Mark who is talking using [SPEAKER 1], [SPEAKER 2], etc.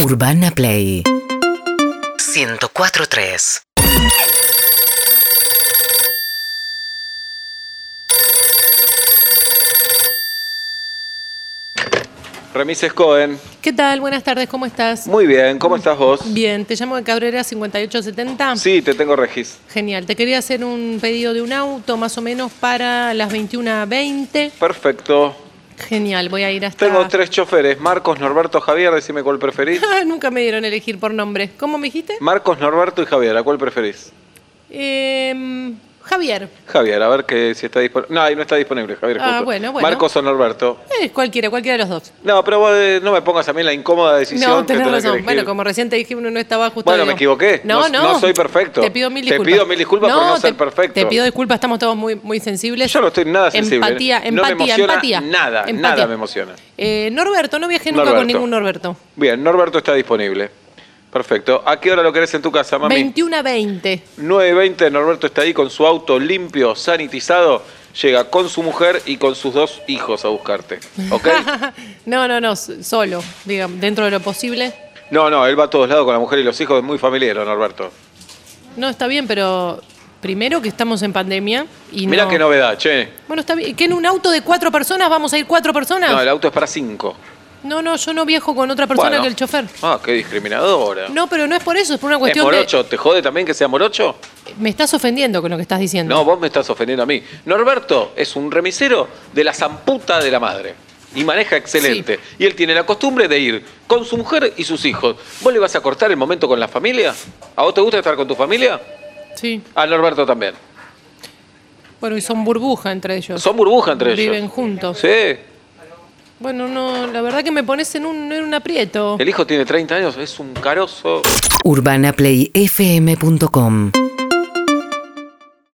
[SPEAKER 1] Urbana Play 104.3
[SPEAKER 2] Remises Cohen.
[SPEAKER 3] ¿Qué tal? Buenas tardes, ¿cómo estás?
[SPEAKER 2] Muy bien, ¿cómo estás vos?
[SPEAKER 3] Bien, te llamo de Cabrera 5870.
[SPEAKER 2] Sí, te tengo regis.
[SPEAKER 3] Genial, te quería hacer un pedido de un auto más o menos para las 21.20.
[SPEAKER 2] Perfecto.
[SPEAKER 3] Genial, voy a ir hasta...
[SPEAKER 2] Tengo tres choferes, Marcos, Norberto, Javier, decime cuál preferís.
[SPEAKER 3] Ah, Nunca me dieron a elegir por nombre. ¿Cómo me dijiste?
[SPEAKER 2] Marcos, Norberto y Javier, ¿a cuál preferís?
[SPEAKER 3] Em, Javier.
[SPEAKER 2] Javier, a ver que si está disponible. No, ahí no está disponible, Javier.
[SPEAKER 3] Ah,
[SPEAKER 2] justo.
[SPEAKER 3] bueno, bueno.
[SPEAKER 2] Marcos o Norberto.
[SPEAKER 3] Eh, cualquiera, cualquiera de los dos.
[SPEAKER 2] No, pero vos eh, no me pongas a mí la incómoda decisión.
[SPEAKER 3] No,
[SPEAKER 2] que
[SPEAKER 3] tenés
[SPEAKER 2] tenés que
[SPEAKER 3] razón.
[SPEAKER 2] elegir.
[SPEAKER 3] Bueno, como recién te dije, uno no estaba justo.
[SPEAKER 2] Bueno, me
[SPEAKER 3] digo,
[SPEAKER 2] equivoqué.
[SPEAKER 3] No,
[SPEAKER 2] No-
[SPEAKER 3] no.
[SPEAKER 2] no soy perfecto.
[SPEAKER 3] Te pido mil
[SPEAKER 2] Te
[SPEAKER 3] disculpas.
[SPEAKER 2] pido mil disculpas por no
[SPEAKER 3] te-
[SPEAKER 2] ser perfecto.
[SPEAKER 3] Te pido disculpas, estamos todos muy, muy sensibles.
[SPEAKER 2] Yo no estoy nada sensible. ¿eh?
[SPEAKER 3] Empatía,
[SPEAKER 2] No me
[SPEAKER 3] empatía,
[SPEAKER 2] emociona
[SPEAKER 3] empatía.
[SPEAKER 2] nada,
[SPEAKER 3] Empatía.
[SPEAKER 2] nada me emociona.
[SPEAKER 3] Eh, Norberto, no viajé nunca con
[SPEAKER 2] Norberto.
[SPEAKER 3] ningún Norberto.
[SPEAKER 2] Bien, Norberto está disponible. Perfecto. ¿A qué hora lo querés en tu casa, mami?
[SPEAKER 3] 21 a 20.
[SPEAKER 2] 9.20, Norberto está ahí con su auto limpio, sanitizado. Llega con su mujer y con sus dos hijos a buscarte. ¿Ok?
[SPEAKER 3] no, no, no, s- solo, digamos, dentro de lo posible.
[SPEAKER 2] No, no, él va a todos lados con la mujer y los hijos, es muy familiar, Norberto.
[SPEAKER 3] No, está bien, pero primero que estamos en pandemia y
[SPEAKER 2] Mirá
[SPEAKER 3] no...
[SPEAKER 2] qué novedad, che.
[SPEAKER 3] Bueno, está bien. ¿Que en un auto de cuatro personas vamos a ir cuatro personas?
[SPEAKER 2] No, el auto es para cinco.
[SPEAKER 3] No, no, yo no viajo con otra persona
[SPEAKER 2] Bueno.
[SPEAKER 3] que el chofer.
[SPEAKER 2] Ah, qué discriminadora.
[SPEAKER 3] No, pero no es por eso, es por una
[SPEAKER 2] ¿Es
[SPEAKER 3] cuestión
[SPEAKER 2] morocho? ¿Te jode también que sea morocho?
[SPEAKER 3] de. Me estás ofendiendo con lo que estás diciendo.
[SPEAKER 2] No, vos me estás ofendiendo a mí. Norberto es un remisero de la zamputa de la madre. Y maneja excelente. Y él tiene la costumbre de ir con su mujer y sus hijos. ¿Vos le vas a cortar el momento con la familia? ¿A vos te gusta estar con tu familia?
[SPEAKER 3] Sí.
[SPEAKER 2] A Norberto también.
[SPEAKER 3] Bueno, y son burbuja entre ellos.
[SPEAKER 2] Son burbuja entre ellos.
[SPEAKER 3] Viven juntos.
[SPEAKER 2] Sí.
[SPEAKER 3] Bueno, no, la verdad que me pones en un, en un aprieto.
[SPEAKER 2] El hijo tiene 30 años, es un carozo.
[SPEAKER 1] urbanaplayfm.com